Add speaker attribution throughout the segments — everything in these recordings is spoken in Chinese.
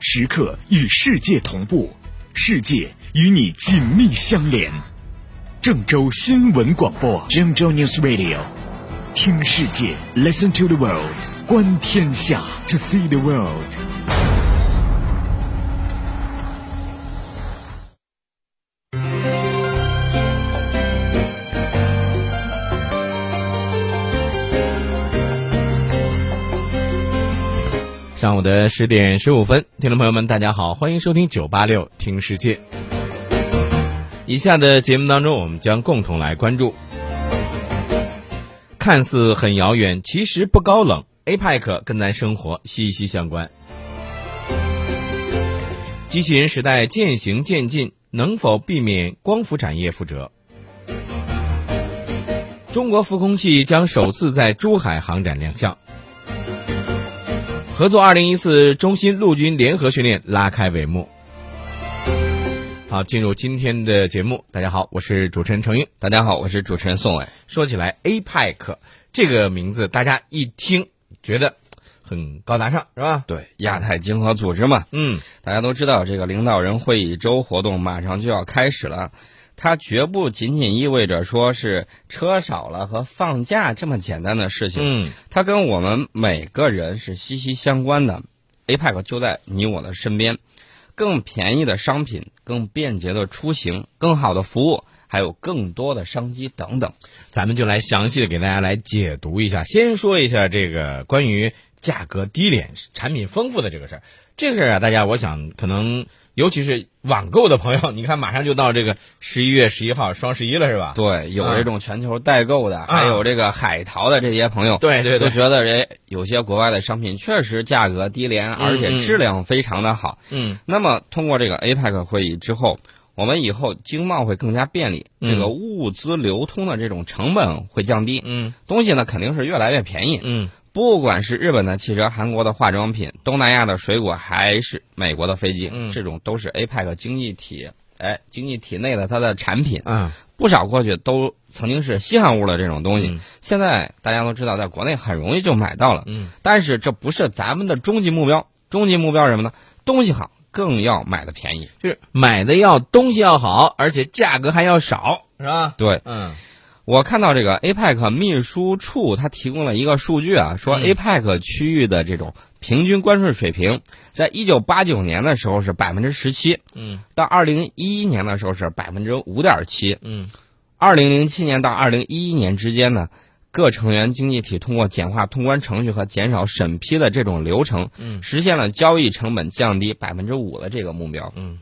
Speaker 1: 时刻与世界同步，世界与你紧密相连。郑州新闻广播，郑州 News Radio，听世界，Listen to the world，观天下，To see the world。
Speaker 2: 上午的十点十五分，听众朋友们，大家好，欢迎收听九八六听世界。以下的节目当中，我们将共同来关注：看似很遥远，其实不高冷，APEC 跟咱生活息息相关；机器人时代渐行渐近，能否避免光伏产业覆辙？中国浮空器将首次在珠海航展亮相。合作二零一四中新陆军联合训练拉开帷幕。好，进入今天的节目。大家好，我是主持人程英。
Speaker 3: 大家好，我是主持人宋伟。
Speaker 2: 说起来，APEC 这个名字，大家一听觉得很高大上，是吧？
Speaker 3: 对，亚太经合组织嘛，
Speaker 2: 嗯，
Speaker 3: 大家都知道，这个领导人会议周活动马上就要开始了，它绝不仅仅意味着说是车少了和放假这么简单的事情，
Speaker 2: 嗯，
Speaker 3: 它跟我们每个人是息息相关的。APEC 就在你我的身边，更便宜的商品，更便捷的出行，更好的服务，还有更多的商机等等。
Speaker 2: 咱们就来详细的给大家来解读一下。先说一下这个关于价格低廉、产品丰富的这个事儿。这个事儿啊，大家我想可能尤其是网购的朋友，你看马上就到这个十一月十一号双十一了，是吧？
Speaker 3: 对，有
Speaker 2: 啊
Speaker 3: 这种全球代购的，还有这个海淘的这些 朋友，
Speaker 2: 对对
Speaker 3: 都
Speaker 2: 对，
Speaker 3: 觉得人有些国外的商品确实价格低廉，而且质量非常的好。
Speaker 2: 嗯
Speaker 3: 那么通过这个 APEC 会议之后，我们以后经贸会更加便利，
Speaker 2: 嗯
Speaker 3: 这个物资流通的这种成本会降低，
Speaker 2: 嗯
Speaker 3: 东西呢肯定是越来越便宜。
Speaker 2: 嗯。
Speaker 3: 不管是日本的汽车、韩国的化妆品、东南亚的水果，还是美国的飞机，
Speaker 2: 嗯
Speaker 3: 这种都是 APEC 经济体。哎，经济体内的它的产品，
Speaker 2: 啊，
Speaker 3: 不少过去都曾经是稀罕物的这种东西，
Speaker 2: 嗯
Speaker 3: 现在大家都知道，在国内很容易就买到了。
Speaker 2: 嗯，
Speaker 3: 但是这不是咱们的终极目标，终极目标是什么呢？东西好，更要买的便宜。
Speaker 2: 就是买的要东西要好，而且价格还要少，是吧？
Speaker 3: 对
Speaker 2: 嗯
Speaker 3: 我看到这个 APEC 秘书处它提供了一个数据啊，说
Speaker 2: 嗯
Speaker 3: APEC 区域的这种平均关税水平，在一九八九年的时候是百分之十七，
Speaker 2: 嗯
Speaker 3: 到二零一一年的时候是百分之五点七，
Speaker 2: 嗯
Speaker 3: 二零零七年到二零一一年之间呢，各成员经济体通过简化通关程序和减少审批的这种流程，
Speaker 2: 嗯
Speaker 3: 实现了交易成本降低百分之五的这个目标。
Speaker 2: 嗯。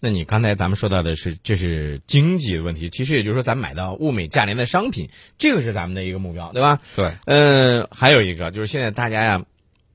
Speaker 2: 那你刚才咱们说到的是，这是经济的问题，其实也就是说，咱买到物美价廉的商品，这个是咱们的一个目标，对吧？
Speaker 3: 对，
Speaker 2: 嗯，还有一个就是现在大家呀，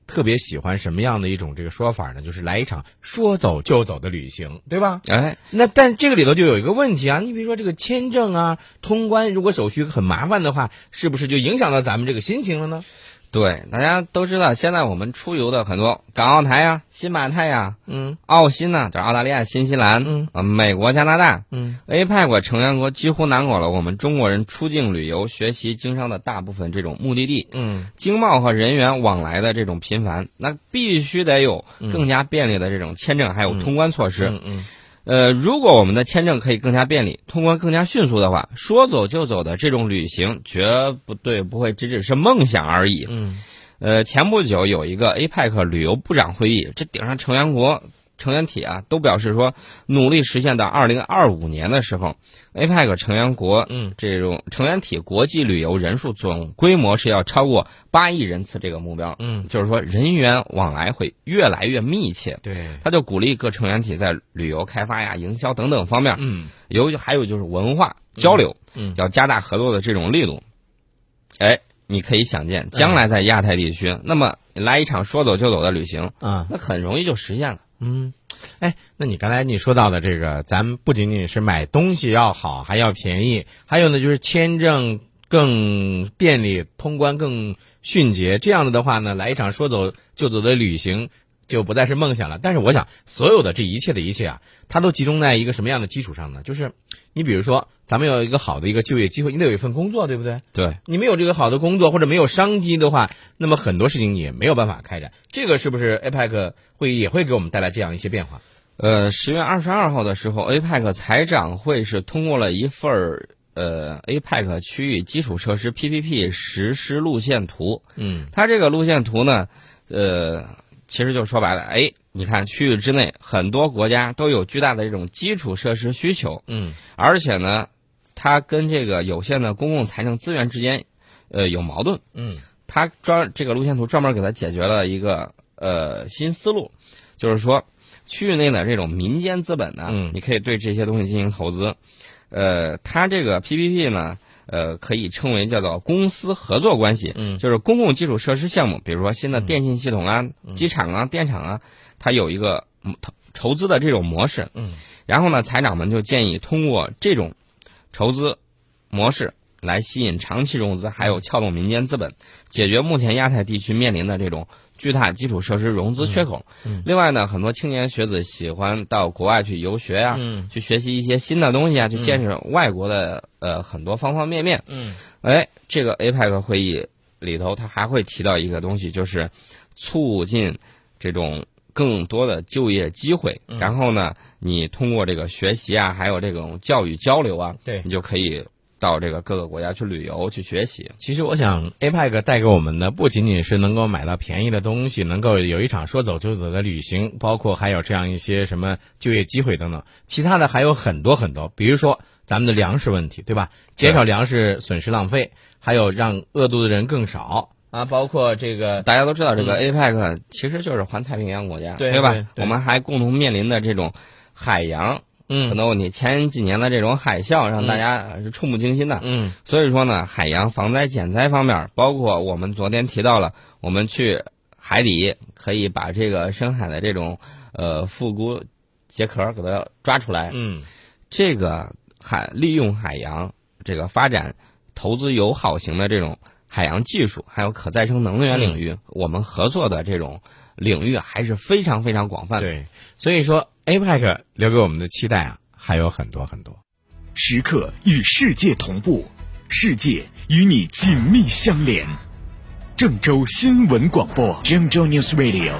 Speaker 2: 特别喜欢什么样的一种这个说法呢？就是来一场说走就走的旅行，对吧？
Speaker 3: 哎，
Speaker 2: 那但这个里头就有一个问题啊，你比如说这个签证啊、通关，如果手续很麻烦的话，是不是就影响到咱们这个心情了呢？
Speaker 3: 对，大家都知道，现在我们出游的很多港澳台呀、新马泰呀、
Speaker 2: 嗯
Speaker 3: 澳新呐、就是澳大利亚、新西兰、
Speaker 2: 嗯
Speaker 3: 呃美国、加拿大、
Speaker 2: 嗯
Speaker 3: APEC 成员国几乎囊括了我们中国人出境旅游、学习、经商的大部分这种目的地。
Speaker 2: 嗯
Speaker 3: 经贸和人员往来的这种频繁，那必须得有更加便利的这种签证，还有通关措施。
Speaker 2: 嗯嗯
Speaker 3: 呃，如果我们的签证可以更加便利，通关更加迅速的话，说走就走的这种旅行绝不对，不会只只是梦想而已。
Speaker 2: 嗯
Speaker 3: 呃，前不久有一个 APEC 旅游部长会议，这顶上成员国成员体啊都表示说，努力实现到二零二五年的时候，APEC 成员国
Speaker 2: 嗯
Speaker 3: 这种成员体国际旅游人数总规模是要超过八亿人次这个目标，
Speaker 2: 嗯，
Speaker 3: 就是说人员往来会越来越密切。
Speaker 2: 对，
Speaker 3: 他就鼓励各成员体在旅游开发呀、营销等等方面，
Speaker 2: 嗯
Speaker 3: 尤还有就是文化交流，
Speaker 2: 嗯
Speaker 3: 要加大合作的这种力度。哎，你可以想见，将来在亚太地区，那么来一场说走就走的旅行，
Speaker 2: 啊
Speaker 3: 那很容易就实现了。
Speaker 2: 嗯，哎，那你刚才你说到的这个，咱们不仅仅是买东西要好，还要便宜，还有呢就是签证更便利，通关更迅捷，这样子的话呢，来一场说走就走的旅行。就不再是梦想了。但是我想，所有的这一切的一切啊，它都集中在一个什么样的基础上呢？就是你比如说，咱们要有一个好的一个就业机会，你得有一份工作，对不对？
Speaker 3: 对，
Speaker 2: 你没有这个好的工作或者没有商机的话，那么很多事情也没有办法开展。这个是不是 APEC 会议也会给我们带来这样一些变化？
Speaker 3: 呃，十月二十二号的时候，APEC 财长会是通过了一份儿呃 APEC 区域基础设施 PPP 实施路线图。
Speaker 2: 嗯
Speaker 3: 它这个路线图呢，呃，其实就说白了，哎，你看区域之内很多国家都有巨大的这种基础设施需求，
Speaker 2: 嗯
Speaker 3: 而且呢，它跟这个有限的公共财政资源之间，呃，有矛盾。
Speaker 2: 嗯
Speaker 3: 他专这个路线图专门给他解决了一个呃新思路，就是说区域内的这种民间资本呢，
Speaker 2: 嗯
Speaker 3: 你可以对这些东西进行投资。呃，它这个 PPP 呢，呃，可以称为叫做公司合作关系，
Speaker 2: 嗯
Speaker 3: 就是公共基础设施项目，比如说新的电信系统啊、
Speaker 2: 嗯
Speaker 3: 机场啊、电厂啊，它有一个嗯投筹资的这种模式。
Speaker 2: 嗯，
Speaker 3: 然后呢，财长们就建议通过这种筹资模式来吸引长期融资，还有撬动民间资本，解决目前亚太地区面临的这种巨大基础设施融资缺口。
Speaker 2: 嗯嗯
Speaker 3: 另外呢，很多青年学子喜欢到国外去游学啊，
Speaker 2: 嗯
Speaker 3: 去学习一些新的东西啊，去见识外国的、呃很多方方面面。
Speaker 2: 嗯
Speaker 3: 哎，这个 APEC 会议里头，它还会提到一个东西，就是促进这种更多的就业机会。
Speaker 2: 嗯
Speaker 3: 然后呢，你通过这个学习啊，还有这种教育交流啊，
Speaker 2: 对
Speaker 3: 你就可以到这个各个国家去旅游去学习。
Speaker 2: 其实我想，APEC 带给我们的不仅仅是能够买到便宜的东西，能够有一场说走就走的旅行，包括还有这样一些什么就业机会等等，其他的还有很多很多，比如说咱们的粮食问题，对吧？减少粮食损失浪费，还有让饿肚子的人更少啊，包括这个
Speaker 3: 大家都知道，这个 APEC 其实就是环太平洋国家，
Speaker 2: 嗯对
Speaker 3: 吧
Speaker 2: 对对
Speaker 3: 我们还共同面临的这种海洋很
Speaker 2: 嗯
Speaker 3: 多问题，前几年的这种海啸让
Speaker 2: 嗯
Speaker 3: 大家是触目惊心的。
Speaker 2: 嗯
Speaker 3: 所以说呢，海洋防灾减灾方面，包括我们昨天提到了，我们去海底可以把这个深海的这种呃复古结壳给它抓出来，
Speaker 2: 嗯
Speaker 3: 这个海利用海洋这个发展投资友好型的这种海洋技术，还有可再生能源领域，
Speaker 2: 嗯
Speaker 3: 我们合作的这种领域还是非常非常广泛的。
Speaker 2: 对，所以说 APEC 留给我们的期待啊，还有很多很多。
Speaker 1: 时刻与世界同步，世界与你紧密相连。郑州新闻广播，郑州 News Radio，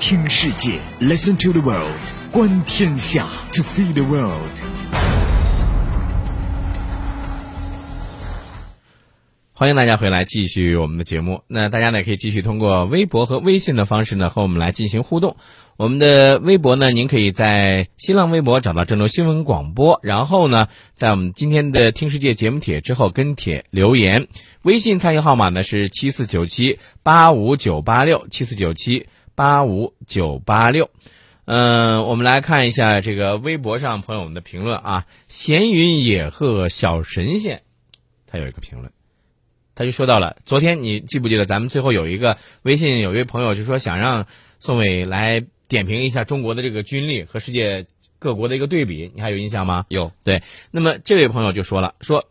Speaker 1: 听世界，Listen to the world，观天下，To see the world。
Speaker 2: 欢迎大家回来，继续我们的节目。那大家呢，可以继续通过微博和微信的方式呢，和我们来进行互动。我们的微博呢，您可以在新浪微博找到郑州新闻广播，然后呢，在我们今天的听世界节目帖之后跟帖留言。微信参与号码呢是七四九七八五九八六七四九七八五九八六。嗯，我们来看一下这个微博上朋友们的评论啊，闲云野鹤小神仙，他有一个评论。他就说到了，昨天你记不记得咱们最后有一个微信有一位朋友就说想让宋伟来点评一下中国的这个军力和世界各国的一个对比，你还有印象吗？
Speaker 3: 有
Speaker 2: 对，那么这位朋友就说了，说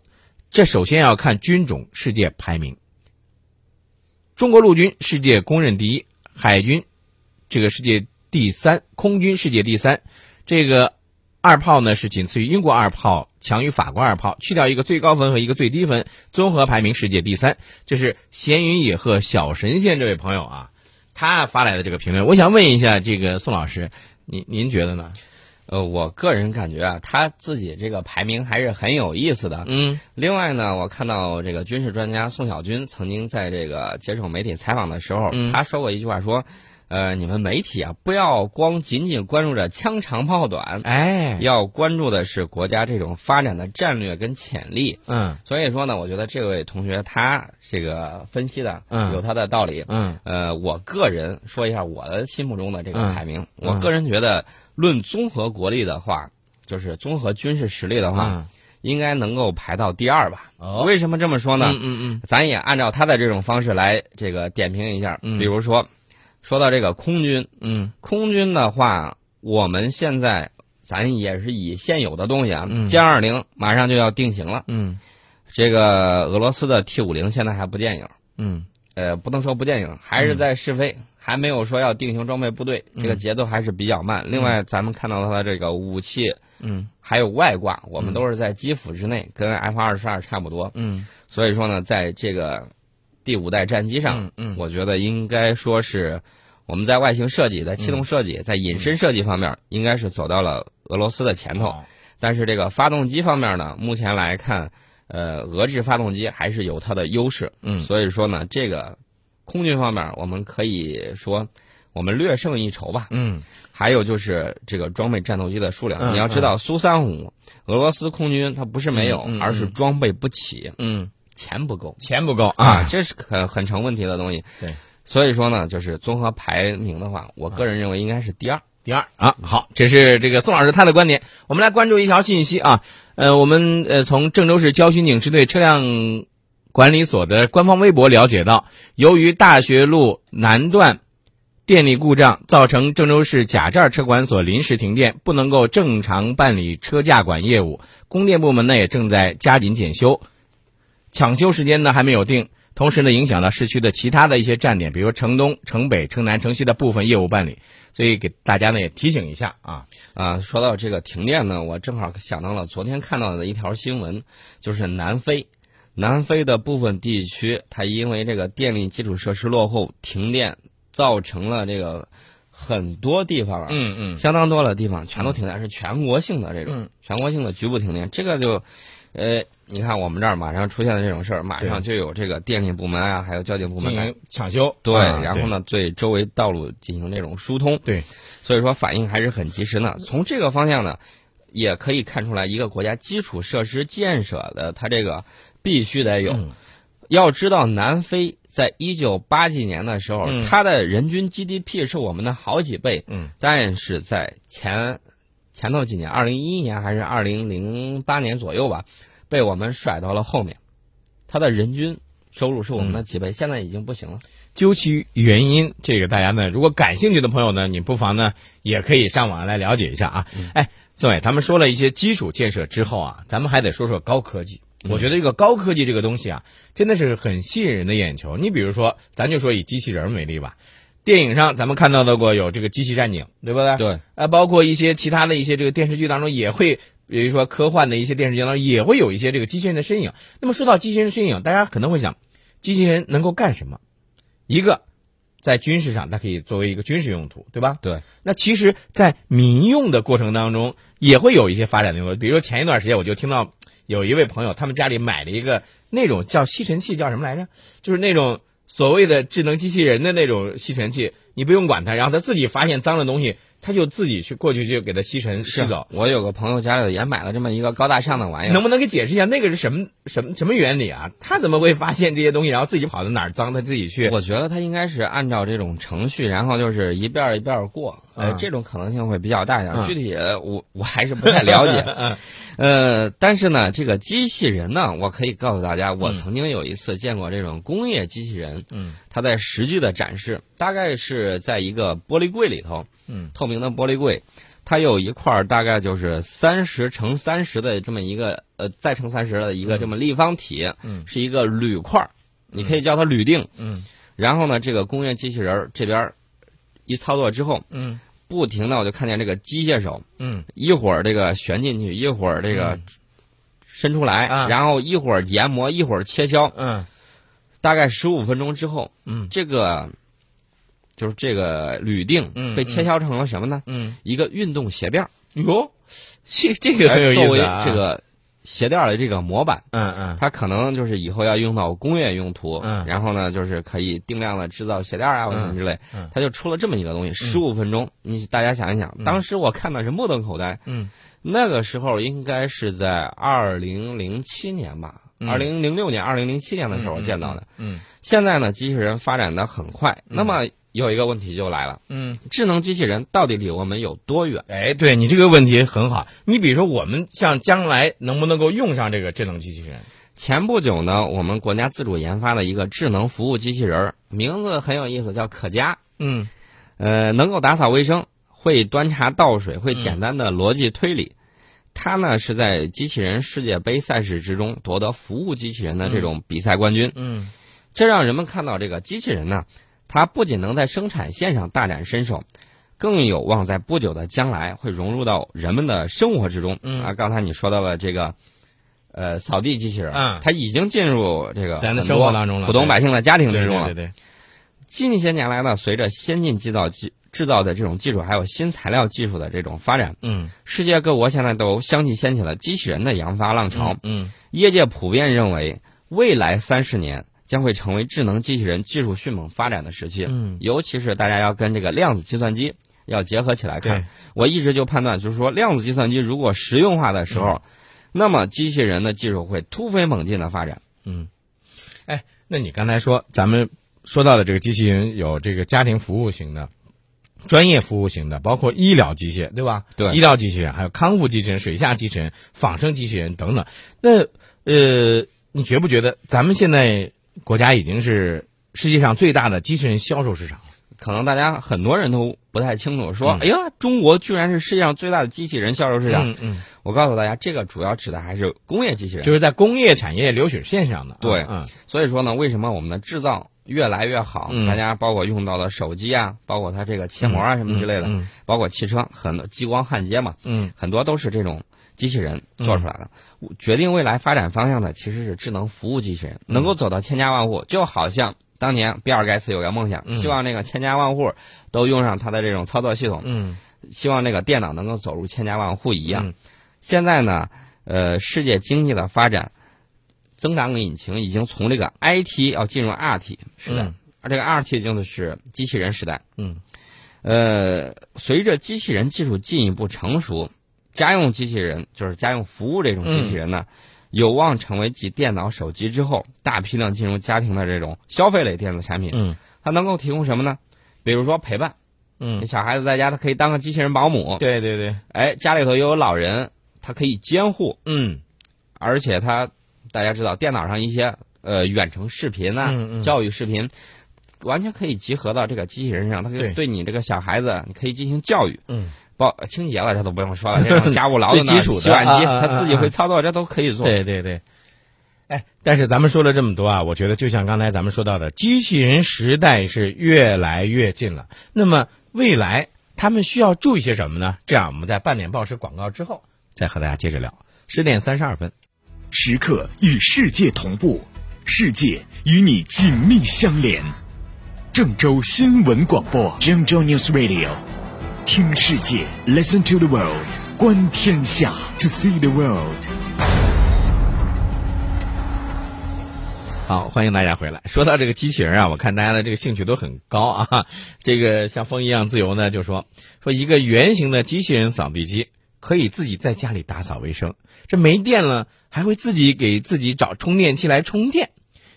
Speaker 2: 这首先要看军种世界排名，中国陆军世界公认第一，海军这个世界第三，空军世界第三，这个二炮呢是仅次于英国二炮，强于法国二炮，去掉一个最高分和一个最低分，综合排名世界第三。这是闲云野鹤小神仙这位朋友啊，他发来的这个评论，我想问一下这个宋老师，您您觉得呢？
Speaker 3: 呃，我个人感觉啊，他自己这个排名还是很有意思的。
Speaker 2: 嗯
Speaker 3: 另外呢，我看到这个军事专家宋小军曾经在这个接受媒体采访的时候，
Speaker 2: 嗯
Speaker 3: 他说过一句话，说，呃，你们媒体啊，不要光仅仅关注着枪长炮短，
Speaker 2: 哎，
Speaker 3: 要关注的是国家这种发展的战略跟潜力。
Speaker 2: 嗯
Speaker 3: 所以说呢，我觉得这位同学他这个分析的
Speaker 2: 嗯
Speaker 3: 有他的道理。
Speaker 2: 嗯
Speaker 3: 呃，我个人说一下我的心目中的这个
Speaker 2: 嗯
Speaker 3: 排名，
Speaker 2: 嗯
Speaker 3: 我个人觉得，论综合国力的话，就是综合军事实力的话，
Speaker 2: 嗯
Speaker 3: 应该能够排到第二吧。
Speaker 2: 哦
Speaker 3: 为什么这么说呢？
Speaker 2: 嗯嗯
Speaker 3: 咱也按照他的这种方式来这个点评一下。
Speaker 2: 嗯
Speaker 3: 比如说，说到这个空军，
Speaker 2: 嗯
Speaker 3: 空军的话，我们现在咱也是以现有的东西啊，
Speaker 2: 嗯
Speaker 3: 歼二零马上就要定型了。
Speaker 2: 嗯
Speaker 3: 这个俄罗斯的 T 五零现在还不见影，
Speaker 2: 嗯
Speaker 3: 呃，不能说不见影，还是在试飞，还没有说要定型装备部队，这个节奏还是比较慢。另外，咱们看到它的这个武器
Speaker 2: 嗯
Speaker 3: 还有外挂，我们都是在基辅之内，跟 F 二十二差不多。
Speaker 2: 嗯
Speaker 3: 所以说呢，在这个第五代战机上，
Speaker 2: 嗯嗯
Speaker 3: 我觉得应该说是我们在外形设计、在气动设计、
Speaker 2: 嗯
Speaker 3: 在隐身设计方面，应该是走到了俄罗斯的前头。
Speaker 2: 哦
Speaker 3: 但是这个发动机方面呢，目前来看，呃，俄制发动机还是有它的优势。
Speaker 2: 嗯
Speaker 3: 所以说呢，这个空军方面，我们可以说我们略胜一筹吧。
Speaker 2: 嗯
Speaker 3: 还有就是这个装备战斗机的数量，
Speaker 2: 嗯
Speaker 3: 你要知道，苏三五俄罗斯空军它不是没有，
Speaker 2: 嗯嗯嗯
Speaker 3: 而是装备不起，
Speaker 2: 嗯，
Speaker 3: 钱不够
Speaker 2: 钱不够啊，
Speaker 3: 这是很很成问题的东西。
Speaker 2: 对。
Speaker 3: 所以说呢，就是综合排名的话，我个人认为应该是第二。
Speaker 2: 第二啊，好，这是这个宋老师他的观点。我们来关注一条信息啊，呃，我们呃从郑州市郊区警支队车辆管理所的官方微博了解到，由于大学路南段电力故障，造成郑州市贾寨车管所临时停电，不能够正常办理车驾管业务。供电部门呢也正在加紧检修，抢修时间呢还没有定。同时呢，影响到市区的其他的一些站点，比如城东、城北、城南、城西的部分业务办理。所以给大家呢也提醒一下啊，
Speaker 3: 啊，说到这个停电呢，我正好想到了昨天看到的一条新闻，就是南非，南非的部分地区，它因为这个电力基础设施落后，停电造成了这个很多地方啊，
Speaker 2: 嗯嗯，
Speaker 3: 相当多的地方全都停电，是全国性的这种、
Speaker 2: 嗯
Speaker 3: 全国性的局部停电，这个就，呃，你看我们这儿马上出现了这种事儿，马上就有这个电力部门啊，还有交警部
Speaker 2: 进
Speaker 3: 门来
Speaker 2: 行抢修，
Speaker 3: 对，
Speaker 2: 啊
Speaker 3: 然后？呢，对周围道路进行这种疏通。
Speaker 2: 对，
Speaker 3: 所以说反应还是很及时呢。从这个方向呢，也可以看出来一个国家基础设施建设的它这个必须得有。
Speaker 2: 嗯
Speaker 3: 要知道，南非在一九八几年的时候，
Speaker 2: 嗯
Speaker 3: 它的人均 GDP 是我们的好几倍，
Speaker 2: 嗯
Speaker 3: 但是在前前头几年，二零一一年还是二零零八年左右吧，被我们甩到了后面。它的人均收入是我们
Speaker 2: 嗯
Speaker 3: 的几倍，现在已经不行了。
Speaker 2: 究其原因，这个大家呢，如果感兴趣的朋友呢，你不妨呢也可以上网来了解一下啊。
Speaker 3: 嗯
Speaker 2: 哎，宋伟，他们说了一些基础建设之后啊，咱们还得说说高科技。
Speaker 3: 嗯
Speaker 2: 我觉得这个高科技这个东西啊，真的是很吸引人的眼球。你比如说，咱就说以机器人为例吧，电影上咱们看到的过有这个机器战警，对不对？
Speaker 3: 对，
Speaker 2: 啊，包括一些其他的一些这个电视剧当中也会，比如说科幻的一些电视剧当中也会有一些这个机器人的身影。那么说到机器人身影，大家可能会想，机器人能够干什么？一个，在军事上它可以作为一个军事用途，对吧？
Speaker 3: 对。
Speaker 2: 那其实，在民用的过程当中，也会有一些发展的用途。比如说前一段时间，我就听到有一位朋友，他们家里买了一个那种叫吸尘器，叫什么来着？就是那种所谓的智能机器人的那种吸尘器，你不用管它，然后它自己发现脏的东西，它就自己去过去就给它吸尘吸走。
Speaker 3: 我有个朋友家里也买了这么一个高大上的玩意儿，
Speaker 2: 能不能给解释一下那个是什么什么什么原理啊？它怎么会发现这些东西，然后自己跑到哪儿脏，它自己去？
Speaker 3: 我觉得它应该是按照这种程序，然后就是一遍儿一遍儿过，呃，
Speaker 2: 嗯
Speaker 3: 这种可能性会比较大一点。
Speaker 2: 嗯
Speaker 3: 具体呃我我还是不太了 解，呃，但是呢，这个机器人呢，我可以告诉大家，我曾经有一次见过这种工业机器人，
Speaker 2: 嗯
Speaker 3: 它在实际的展示，大概是在一个玻璃柜里头，
Speaker 2: 嗯，
Speaker 3: 透明的玻璃柜，它有一块儿大概就是三十乘三十的这么一个呃再乘三十的一个这么立方体，
Speaker 2: 嗯
Speaker 3: 是一个铝块儿，你可以叫它铝锭。
Speaker 2: 嗯
Speaker 3: 然后呢，这个工业机器人儿这边儿一操作之后，
Speaker 2: 嗯
Speaker 3: 不停的我就看见这个机械手，
Speaker 2: 嗯
Speaker 3: 一会儿这个旋进去，一会儿这个伸出来，
Speaker 2: 啊
Speaker 3: 然后一会儿研磨，一会儿切削，
Speaker 2: 嗯
Speaker 3: 大概十五分钟之后，
Speaker 2: 嗯
Speaker 3: 这个就是这个铝锭
Speaker 2: 嗯
Speaker 3: 被切削成了什么呢？
Speaker 2: 嗯，
Speaker 3: 一个运动鞋垫儿，
Speaker 2: 哟，这这个很有
Speaker 3: 哎
Speaker 2: 意
Speaker 3: 作
Speaker 2: 思
Speaker 3: 为
Speaker 2: 啊。
Speaker 3: 这个鞋垫儿的这个模板。
Speaker 2: 嗯嗯
Speaker 3: 它可能就是以后要用到工业用途，
Speaker 2: 嗯
Speaker 3: 然后呢，就是可以定量的制造鞋垫儿啊或者什么之类，
Speaker 2: 嗯
Speaker 3: 它就出了这么一个东西，十五分钟，你大家想一想，当时我看的是目瞪口呆，
Speaker 2: 嗯
Speaker 3: 那个时候应该是在二零零七年吧，
Speaker 2: 嗯
Speaker 3: 二零零六年、二零零七年的时候我见到的。
Speaker 2: 嗯
Speaker 3: 现在呢，机器人发展的很快，那么有一个问题就来了，
Speaker 2: 嗯，
Speaker 3: 智能机器人到底离我们有多远？
Speaker 2: 哎，对你这个问题很好。你比如说，我们像将来能不能够用上这个智能机器人？
Speaker 3: 前不久呢，我们国家自主研发的一个智能服务机器人儿，名字很有意思，叫可嘉。
Speaker 2: 嗯
Speaker 3: 呃，能够打扫卫生，会端茶倒水，会简单的逻辑推理。他呢是在机器人世界杯赛事之中夺得服务机器人的这种比赛冠军，
Speaker 2: 嗯
Speaker 3: 这让人们看到这个机器人呢，它不仅能在生产线上大展身手，更有望在不久的将来会融入到人们的生活之中。
Speaker 2: 嗯
Speaker 3: 啊，刚才你说到了这个，呃，扫地机器人，
Speaker 2: 嗯
Speaker 3: 它已经进入这个
Speaker 2: 咱的
Speaker 3: 很
Speaker 2: 生
Speaker 3: 多
Speaker 2: 活当中了
Speaker 3: 普通
Speaker 2: 对
Speaker 3: 百姓的家庭之
Speaker 2: 对
Speaker 3: 中
Speaker 2: 对
Speaker 3: 了
Speaker 2: 对。对，
Speaker 3: 近些年来呢，随着先进制造技制造的这种技术，还有新材料技术的这种发展，
Speaker 2: 嗯，
Speaker 3: 世界各国现在都相继掀起了机器人的扬发浪潮。
Speaker 2: 嗯嗯
Speaker 3: 业界普遍认为，未来三十年将会成为智能机器人技术迅猛发展的时期。
Speaker 2: 嗯，
Speaker 3: 尤其是大家要跟这个量子计算机要结合起来
Speaker 2: 对
Speaker 3: 看。，我一直就判断，就是说量子计算机如果实用化的时
Speaker 2: 嗯
Speaker 3: 候，那么机器人的技术会突飞猛进的发展。
Speaker 2: 嗯，哎，那你刚才说咱们说到的这个机器人有这个家庭服务型的。专业服务型的，包括医疗机械，对吧？
Speaker 3: 对
Speaker 2: 医疗机器人，还有康复机器人、水下机器人、仿生机器人等等。那呃，你觉不觉得咱们现在国家已经是世界上最大的机器人销售市场了？
Speaker 3: 可能大家很多人都不太清楚，说，
Speaker 2: 嗯
Speaker 3: 哎呀，中国居然是世界上最大的机器人销售市场。
Speaker 2: 嗯嗯，
Speaker 3: 我告诉大家，这个主要指的还是工业机器人。
Speaker 2: 就是在工业产业流水线上的。
Speaker 3: 对
Speaker 2: 嗯
Speaker 3: 所以说呢，为什么我们的制造越来越好？
Speaker 2: 嗯
Speaker 3: 大家包括用到的手机啊，包括它这个切
Speaker 2: 嗯
Speaker 3: 膜啊什么之类的，
Speaker 2: 嗯
Speaker 3: 包括汽车，很多激光焊接嘛，
Speaker 2: 嗯
Speaker 3: 很多都是这种机器人做出来的。决定未来发展方向的其实是智能服务机器人，
Speaker 2: 嗯
Speaker 3: 能够走到千家万户，就好像。当年比尔盖茨有个梦想，
Speaker 2: 嗯
Speaker 3: 希望这个千家万户都用上它的这种操作系统，
Speaker 2: 嗯
Speaker 3: 希望这个电脑能够走入千家万户一样。
Speaker 2: 嗯
Speaker 3: 现在呢，呃，世界经济的发展，增长引擎已经从这个 IT 要进入 RT 时代，
Speaker 2: 嗯
Speaker 3: 而这个 RT 就是机器人时代。
Speaker 2: 嗯
Speaker 3: 呃，随着机器人技术进一步成熟，家用机器人就是家用服务这
Speaker 2: 嗯
Speaker 3: 种机器人呢，有望成为继电脑、手机之后大批量进入家庭的这种消费类电子产品。
Speaker 2: 嗯
Speaker 3: 它能够提供什么呢？比如说陪伴，
Speaker 2: 嗯，
Speaker 3: 小孩子在家，他可以当个机器人保姆，
Speaker 2: 对对对，
Speaker 3: 哎，家里头又有老人，他可以监护，
Speaker 2: 嗯
Speaker 3: 而且它大家知道，电脑上一些呃远程视频呐、
Speaker 2: 嗯嗯
Speaker 3: 教育视频，完全可以集合到这个机器人上，它可
Speaker 2: 对
Speaker 3: 以对你这个小孩子，你可以进行教育，
Speaker 2: 嗯。
Speaker 3: 包清洁了这都不用说 了，这种家务劳动
Speaker 2: 最基础的
Speaker 3: 洗碗机，
Speaker 2: 啊啊啊啊
Speaker 3: 它自己会操作，这都可以做。
Speaker 2: 对对对，哎，但是咱们说了这么多啊，我觉得就像刚才咱们说到的，机器人时代是越来越近了。那么未来他们需要注意些什么呢？这样我们在半点报时广告之后再和大家接着聊。十点三十二分，
Speaker 1: 时刻与世界同步，世界与你紧密相连。郑州新闻广播，郑州 News Radio，听世界，Listen to the world，观天下，To see the world。
Speaker 2: 好，欢迎大家回来。说到这个机器人啊，我看大家的这个兴趣都很高啊。这个像风一样自由呢，就说说一个圆形的机器人扫地机可以自己在家里打扫卫生，这没电了还会自己给自己找充电器来充电，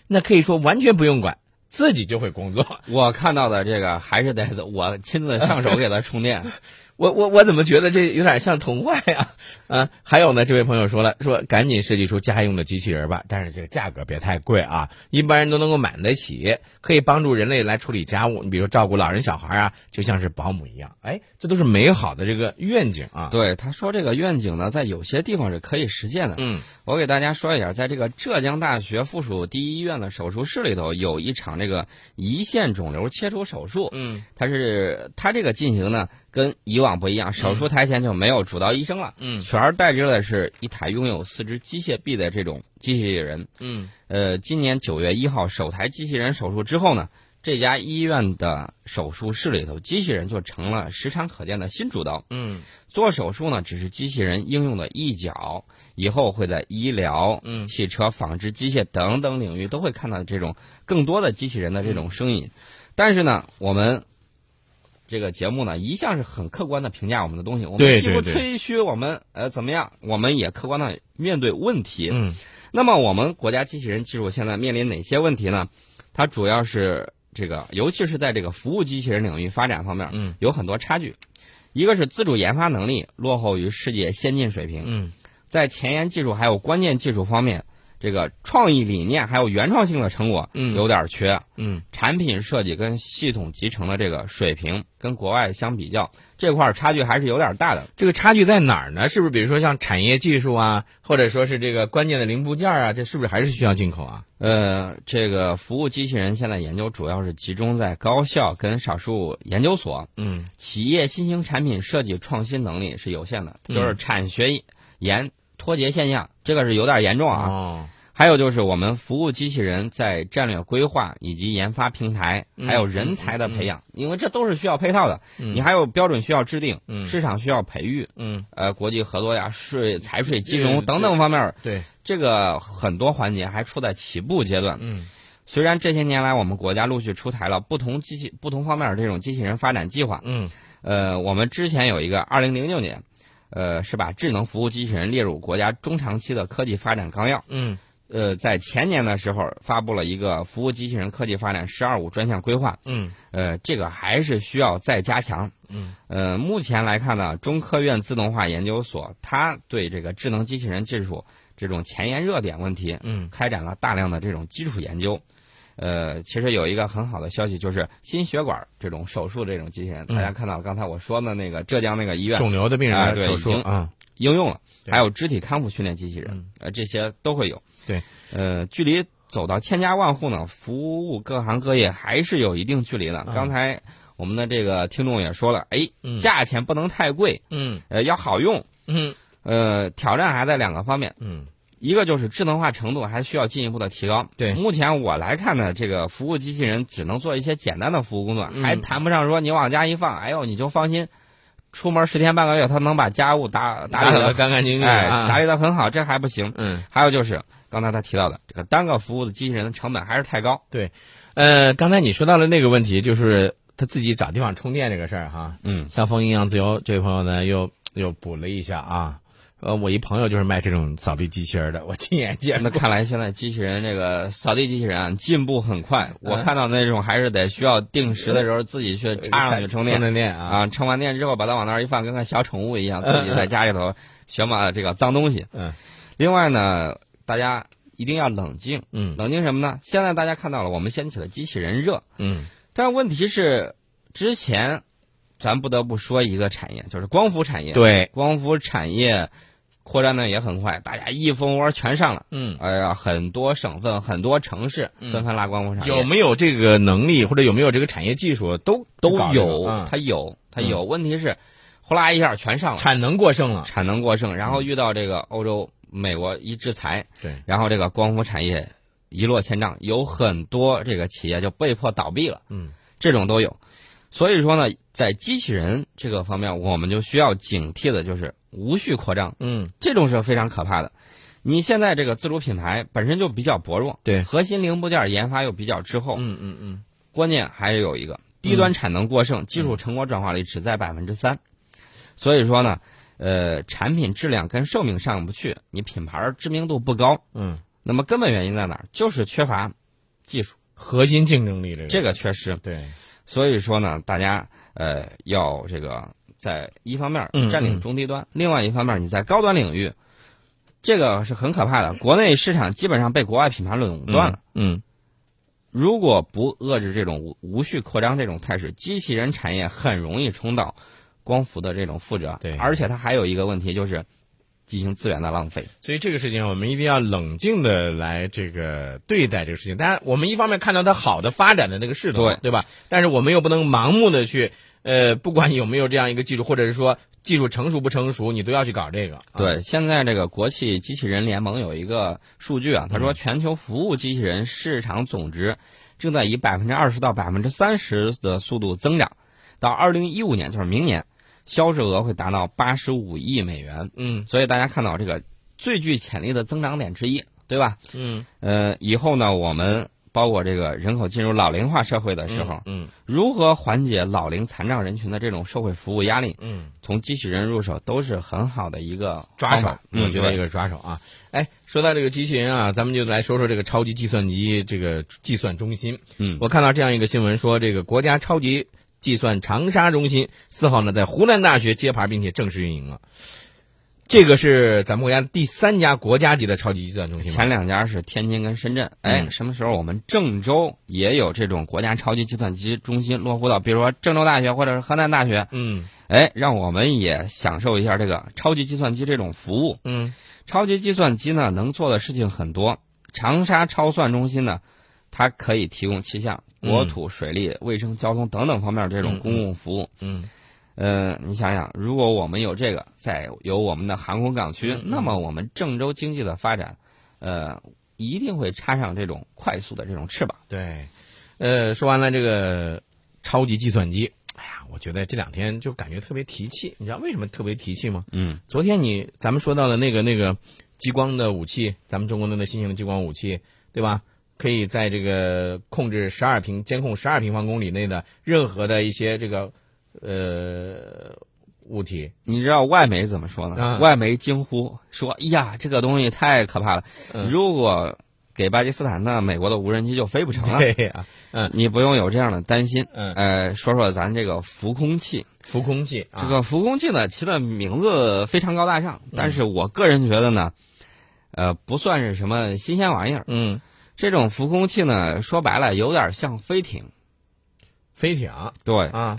Speaker 2: 那可以说完全不用管，自己就会工作。
Speaker 3: 我看到的这个还是得我亲自上手给它 充电。
Speaker 2: 我我我怎么觉得这有点像童话呀？啊，还有呢，这位朋友说了，说赶紧设计出家用的机器人吧，但是这个价格别太贵啊，一般人都能够买得起，可以帮助人类来处理家务，你比如照顾老人、小孩啊，就像是保姆一样。哎，这都是美好的这个愿景啊。
Speaker 3: 对，他说这个愿景呢，在有些地方是可以实现的。
Speaker 2: 嗯
Speaker 3: 我给大家说一下，在这个浙江大学附属第一医院的手术室里头，有一场这个胰腺肿瘤切除手术。
Speaker 2: 嗯
Speaker 3: 它是它这个进行呢，跟以往不一样，手术台前就没有主刀医生了，
Speaker 2: 嗯
Speaker 3: 取而代之的是一台拥有四只机械臂的这种机器人。
Speaker 2: 嗯
Speaker 3: 呃，今年九月一号首台机器人手术之后呢，这家医院的手术室里头，机器人就成了时常可见的新主刀。
Speaker 2: 嗯
Speaker 3: 做手术呢，只是机器人应用的一角，以后会在医疗、
Speaker 2: 嗯
Speaker 3: 汽车、纺织、机械等等领域都会看到这种更多的机器人的这种身影。
Speaker 2: 嗯
Speaker 3: 但是呢，我们这个节目呢，一向是很客观的评价我们的东西，我
Speaker 2: 对
Speaker 3: 们既不
Speaker 2: 对对
Speaker 3: 吹嘘我们呃怎么样，我们也客观的面对问题。
Speaker 2: 嗯
Speaker 3: 那么我们国家机器人技术现在面临哪些问题呢？它主要是这个，尤其是在这个服务机器人领域发展方面，
Speaker 2: 嗯，
Speaker 3: 有很多差距。一个是自主研发能力落后于世界先进水平，
Speaker 2: 嗯
Speaker 3: 在前沿技术还有关键技术方面，这个创意理念还有原创性的成果，
Speaker 2: 嗯
Speaker 3: 有点缺。
Speaker 2: 嗯
Speaker 3: 产品设计跟系统集成的这个水平跟国外相比较，这块儿差距还是有点大的。
Speaker 2: 这个差距在哪儿呢？是不是比如说像产业技术啊，或者说是这个关键的零部件啊，这是不是还是需要进口啊？
Speaker 3: 呃，这个服务机器人现在研究主要是集中在高校跟少数研究所，
Speaker 2: 嗯
Speaker 3: 企业新型产品设计创新能力是有限
Speaker 2: 嗯
Speaker 3: 的，就是产学研脱节现象，这个是有点严重啊。
Speaker 2: 哦，
Speaker 3: 还有就是我们服务机器人在战略规划以及研发平台，
Speaker 2: 嗯
Speaker 3: 还有人才的培养，因为这都是需要配套的。
Speaker 2: 嗯
Speaker 3: 你还有标准需要制定，
Speaker 2: 嗯
Speaker 3: 市场需要培育，
Speaker 2: 嗯，
Speaker 3: 呃，国际合作呀、税、财税、
Speaker 2: 嗯
Speaker 3: 金融等等方面儿，
Speaker 2: 对，
Speaker 3: 这个很多环节还处在起步阶段。
Speaker 2: 嗯
Speaker 3: 虽然这些年来我们国家陆续出台了不同机器、不同方面儿这种机器人发展计划，
Speaker 2: 嗯
Speaker 3: 呃，我们之前有一个二零零六年，呃，是把智能服务机器人列入国家中长期的科技发展纲要。
Speaker 2: 嗯
Speaker 3: 呃，在前年的时候发布了一个服务机器人科技发展“十二五”专项规划，
Speaker 2: 嗯
Speaker 3: 呃，这个还是需要再加强。
Speaker 2: 嗯，
Speaker 3: 呃，目前来看呢，中科院自动化研究所它对这个智能机器人技术这种前沿热点问题，
Speaker 2: 嗯
Speaker 3: 开展了大量的这种基础研究。呃，其实有一个很好的消息，就是心血管这种手术这种机器人，
Speaker 2: 嗯
Speaker 3: 大家看到刚才我说的那个浙江那个医院
Speaker 2: 肿瘤的病
Speaker 3: 啊
Speaker 2: 人
Speaker 3: 对
Speaker 2: 手术
Speaker 3: 已经
Speaker 2: 啊，
Speaker 3: 应用了，
Speaker 2: 对
Speaker 3: 还有肢体康复训练机器人，
Speaker 2: 嗯
Speaker 3: 呃，这些都会有。
Speaker 2: 对，
Speaker 3: 呃，距离走到千家万户呢，服务各行各业还是有一定距离的。
Speaker 2: 嗯
Speaker 3: 刚才我们的这个听众也说了，哎，
Speaker 2: 嗯
Speaker 3: 价钱不能太贵，
Speaker 2: 嗯
Speaker 3: 呃，要好用。
Speaker 2: 嗯
Speaker 3: 呃，挑战还在两个方面，
Speaker 2: 嗯
Speaker 3: 一个就是智能化程度还需要进一步的提高。
Speaker 2: 对
Speaker 3: 目前我来看呢，这个服务机器人只能做一些简单的服务工作，
Speaker 2: 嗯
Speaker 3: 还谈不上说你往家一放，哎呦你就放心，出门十天半个月它能把家务打打理
Speaker 2: 理的
Speaker 3: 的
Speaker 2: 干干净净
Speaker 3: 哎，
Speaker 2: 啊
Speaker 3: 打理的很好，这还不行。
Speaker 2: 嗯。
Speaker 3: 还有就是刚才他提到的，这个单个服务的机器人的成本还是太高。
Speaker 2: 呃，刚才你说到了那个问题，就是他自己找地方充电这个事儿哈。
Speaker 3: 嗯
Speaker 2: 像风一样自由这位朋友呢，又又补了一下啊。呃，我一朋友就是卖这种扫地机器人的，我亲眼见
Speaker 3: 那
Speaker 2: 过。
Speaker 3: 看来现在机器人这个扫地机器人啊，进步很快。
Speaker 2: 嗯
Speaker 3: 我看到那种还是得需要定时的时候自己去插上去充电
Speaker 2: 充电啊，
Speaker 3: 啊，充完电之后把它往那儿一放，跟个小宠物一样，自己在家里头选把这个脏东西。
Speaker 2: 嗯
Speaker 3: 另外呢，大家一定要冷静，
Speaker 2: 嗯
Speaker 3: 冷静什么呢？现在大家看到了，我们掀起了机器人热，
Speaker 2: 嗯
Speaker 3: 但问题是，之前咱不得不说一个产业，就是光伏产业。，
Speaker 2: 对，
Speaker 3: 光伏产业扩张的也很快，大家一蜂窝全上了。
Speaker 2: 嗯，
Speaker 3: 哎呀，很多省份、很多城市
Speaker 2: 嗯
Speaker 3: 纷纷拉光伏产业，
Speaker 2: 有没有这个能力或者有没有这个产业技术，都
Speaker 3: 都
Speaker 2: 搞这个
Speaker 3: 有，
Speaker 2: 嗯
Speaker 3: 它有，它有。问题是，呼啦一下全上了，
Speaker 2: 产能过剩了。嗯
Speaker 3: 产能过剩，然后遇到这个欧洲、美国一制裁，
Speaker 2: 对，
Speaker 3: 然后这个光伏产业一落千丈，有很多这个企业就被迫倒闭了。
Speaker 2: 嗯
Speaker 3: 这种都有。所以说呢，在机器人这个方面，我们就需要警惕的就是无序扩张，
Speaker 2: 嗯
Speaker 3: 这种是非常可怕的。你现在这个自主品牌本身就比较薄弱，
Speaker 2: 对
Speaker 3: 核心零部件研发又比较滞后，
Speaker 2: 嗯嗯嗯
Speaker 3: 关键还是有一个低端产能过剩，技术成果转化率只在百分之三。所以说呢，呃，产品质量跟寿命上不去，你品牌知名度不高，
Speaker 2: 嗯，
Speaker 3: 那么根本原因在哪儿？就是缺乏技术
Speaker 2: 核心竞争力这个
Speaker 3: 这个缺失。
Speaker 2: 对，
Speaker 3: 所以说呢，大家呃要这个在一方面
Speaker 2: 嗯
Speaker 3: 占领中低端，另外一方面你在高端领域，这个是很可怕的。国内市场基本上被国外品牌垄断了。
Speaker 2: 嗯。
Speaker 3: 如果不遏制这种无无序扩张这种态势，机器人产业很容易冲到光伏的这种覆辙。
Speaker 2: 对
Speaker 3: 而且它还有一个问题就是进行资源的浪费。
Speaker 2: 所以这个事情我们一定要冷静的来这个对待这个事情。当然，我们一方面看到它好的发展的那个势头，
Speaker 3: 对
Speaker 2: 吧？但是我们又不能盲目的去，呃，不管有没有这样一个技术，或者是说技术成熟不成熟，你都要去搞这个。啊，
Speaker 3: 对，现在这个国际机器人联盟有一个数据啊，他说全球服务机器人市场总值正在以百分之二十到百分之三十的速度增长，到二零一五年，就是明年，销售额会达到八十五亿美元。
Speaker 2: 嗯
Speaker 3: 所以大家看到这个最具潜力的增长点之一，对吧？
Speaker 2: 嗯，
Speaker 3: 呃，以后呢，我们包括这个人口进入老龄化社会的时候，
Speaker 2: 嗯
Speaker 3: 如何缓解老龄残障人群的这种社会服务压力，
Speaker 2: 嗯，
Speaker 3: 从机器人入手都是很好的一个
Speaker 2: 抓
Speaker 3: 方
Speaker 2: 手
Speaker 3: 法，
Speaker 2: 我
Speaker 3: 嗯，
Speaker 2: 觉
Speaker 3: 对
Speaker 2: 得一个抓手啊。哎，说到这个机器人啊，咱们就来说说这个超级计算机这个计算中心。
Speaker 3: 嗯，
Speaker 2: 我看到这样一个新闻说，这个国家超级啊计算长沙中心四号呢在湖南大学揭牌，并且正式运营了。这个是咱们国家第三家国家级的超级计算中心吗？
Speaker 3: 前两家是天津跟深圳，哎，
Speaker 2: 嗯
Speaker 3: 什么时候我们郑州也有这种国家超级计算机中心落户到，比如说郑州大学或者是河南大学，
Speaker 2: 嗯
Speaker 3: 哎，让我们也享受一下这个超级计算机这种服务。
Speaker 2: 嗯
Speaker 3: 超级计算机呢能做的事情很多，长沙超算中心呢，它可以提供气象、
Speaker 2: 嗯
Speaker 3: 国土、水利、卫生、交通等等方面这种公共服务。
Speaker 2: 嗯
Speaker 3: 呃，你想想，如果我们有这个，再有我们的航空港
Speaker 2: 嗯
Speaker 3: 区，那么我们郑州经济的发展，呃，一定会插上这种快速的这种翅膀。
Speaker 2: 对，呃，说完了这个超级计算机，哎呀，我觉得这两天就感觉特别提气，你知道为什么特别提气吗？
Speaker 3: 嗯，
Speaker 2: 昨天你咱们说到的那个那个激光的武器，咱们中国的那新型的激光武器，对吧？可以在这个控制十二平监控十二平方公里内的任何的一些这个呃物体，
Speaker 3: 你知道外媒怎么说呢？
Speaker 2: 啊
Speaker 3: 外媒惊呼说：“哎呀，这个东西太可怕了！
Speaker 2: 嗯
Speaker 3: 如果给巴基斯坦，那美国的无人机就飞不成了。”
Speaker 2: 对呀、
Speaker 3: 你不用有这样的担心。
Speaker 2: 啊嗯
Speaker 3: 呃，说说咱这个浮空器，
Speaker 2: 浮空器啊，
Speaker 3: 这个浮空器呢，其的名字非常高大上，但是我个人觉得呢，呃，不算是什么新鲜玩意儿。
Speaker 2: 嗯，
Speaker 3: 这种浮空器呢，说白了有点像飞艇。
Speaker 2: 飞艇
Speaker 3: 对，
Speaker 2: 啊，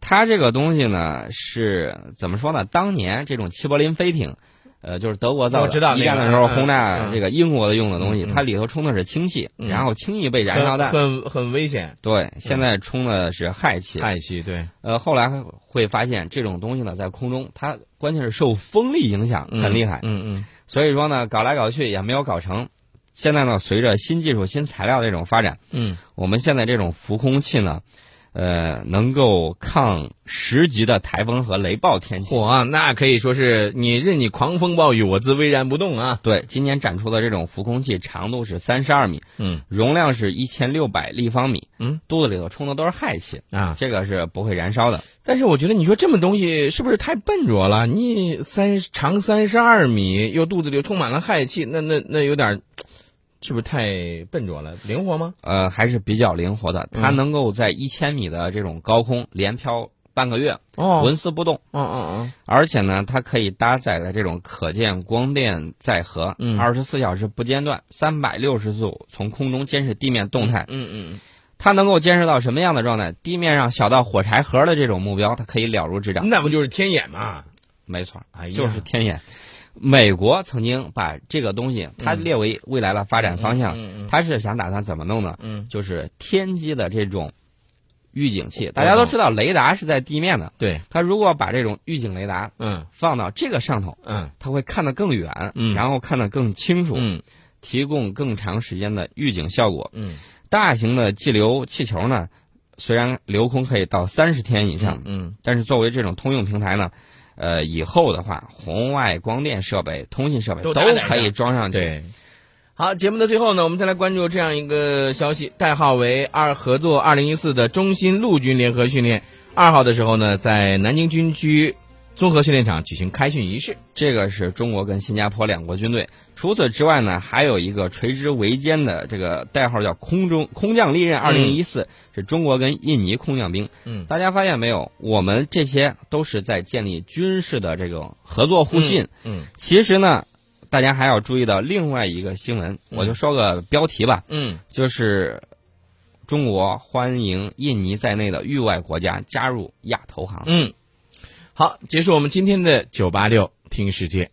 Speaker 3: 它这个东西呢是怎么说呢？当年这种齐柏林飞艇，呃，就是德国造
Speaker 2: 我
Speaker 3: 的，
Speaker 2: 知道
Speaker 3: 一
Speaker 2: 那
Speaker 3: 战
Speaker 2: 个
Speaker 3: 的时候
Speaker 2: 嗯
Speaker 3: 轰炸
Speaker 2: 嗯
Speaker 3: 这个英国的用的东西，
Speaker 2: 嗯嗯
Speaker 3: 它里头充的是氢气，
Speaker 2: 嗯
Speaker 3: 然后轻易被燃烧
Speaker 2: 很
Speaker 3: 弹。
Speaker 2: 很很危险，
Speaker 3: 对，现在充的是氦气。
Speaker 2: 氦气对，
Speaker 3: 呃，后来会发现这种东西呢，在空中它关键是受风力影响
Speaker 2: 嗯
Speaker 3: 很厉害，
Speaker 2: 嗯嗯
Speaker 3: 所以说呢，搞来搞去也没有搞成。现在呢，随着新技术、新材料这种发展，
Speaker 2: 嗯，
Speaker 3: 我们现在这种浮空器呢，呃，能够抗十级的台风和雷暴天气。
Speaker 2: 火啊，那可以说是你任你狂风暴雨，我自巍然不动啊，
Speaker 3: 对，今年展出的这种浮空器长度是三十二米，
Speaker 2: 嗯
Speaker 3: 容量是一千六百立方米，
Speaker 2: 嗯，
Speaker 3: 肚子里头充的都是氦气，
Speaker 2: 啊，
Speaker 3: 这个是不会燃烧的。
Speaker 2: 但是我觉得你说这么东西是不是太笨拙了？你三长三十二米，又肚子里充满了氦气，那那那有点儿，是不是太笨拙了？灵活吗？
Speaker 3: 呃，还是比较灵活的，它
Speaker 2: 嗯
Speaker 3: 能够在一千米的这种高空连飘半个月，
Speaker 2: 哦
Speaker 3: 纹丝不动。
Speaker 2: 哦哦
Speaker 3: 而且呢，它可以搭载的这种可见光电载荷
Speaker 2: 嗯，
Speaker 3: 二十四小时不间断，三百六十度从空中监视地面动态
Speaker 2: 哦，。嗯嗯
Speaker 3: 它能够监视到什么样的状态？地面上小到火柴盒的这种目标，它可以了如指掌
Speaker 2: 嗯，。那不就是天眼吗？
Speaker 3: 没错，
Speaker 2: 哎呀
Speaker 3: 就是天眼。美国曾经把这个东西，它列为未来的发展方向。
Speaker 2: 嗯嗯
Speaker 3: 它是想打算怎么弄呢？
Speaker 2: 嗯，
Speaker 3: 就是天基的这种预警
Speaker 2: 哦
Speaker 3: 器。大家都知道雷达是在地面的，
Speaker 2: 对，
Speaker 3: 它如果把这种预警雷达
Speaker 2: 嗯
Speaker 3: 放到这个上头，
Speaker 2: 嗯
Speaker 3: 它会看得更远，
Speaker 2: 嗯
Speaker 3: 然后看得更清楚，
Speaker 2: 嗯
Speaker 3: 提供更长时间的预警效果。
Speaker 2: 嗯
Speaker 3: 大型的气流气球呢，虽然留空可以到三十天以上，
Speaker 2: 嗯
Speaker 3: 但是作为这种通用平台呢。呃，以后的话，红外光电设备、通信设备
Speaker 2: 都
Speaker 3: 都
Speaker 2: 搭载上
Speaker 3: 可以装上去。
Speaker 2: 对。好，节目的最后呢，我们再来关注这样一个消息：代号为二合作二零一四的中新陆军联合训练，二号的时候呢，在南京军区综合训练场举行开训仪式。
Speaker 3: 这个是中国跟新加坡两国军队。除此之外呢，还有一个垂直围歼的这个代号叫空中空降利刃二零一四，是中国跟印尼空降兵。
Speaker 2: 嗯
Speaker 3: 大家发现没有？我们这些都是在建立军事的这种合作互信。
Speaker 2: 嗯
Speaker 3: 其实呢，大家还要注意到另外一个新闻，
Speaker 2: 嗯
Speaker 3: 我就说个标题吧，
Speaker 2: 嗯
Speaker 3: 就是中国欢迎印尼在内的域外国家加入亚投行。
Speaker 2: 嗯，好，结束我们今天的九八六听世界。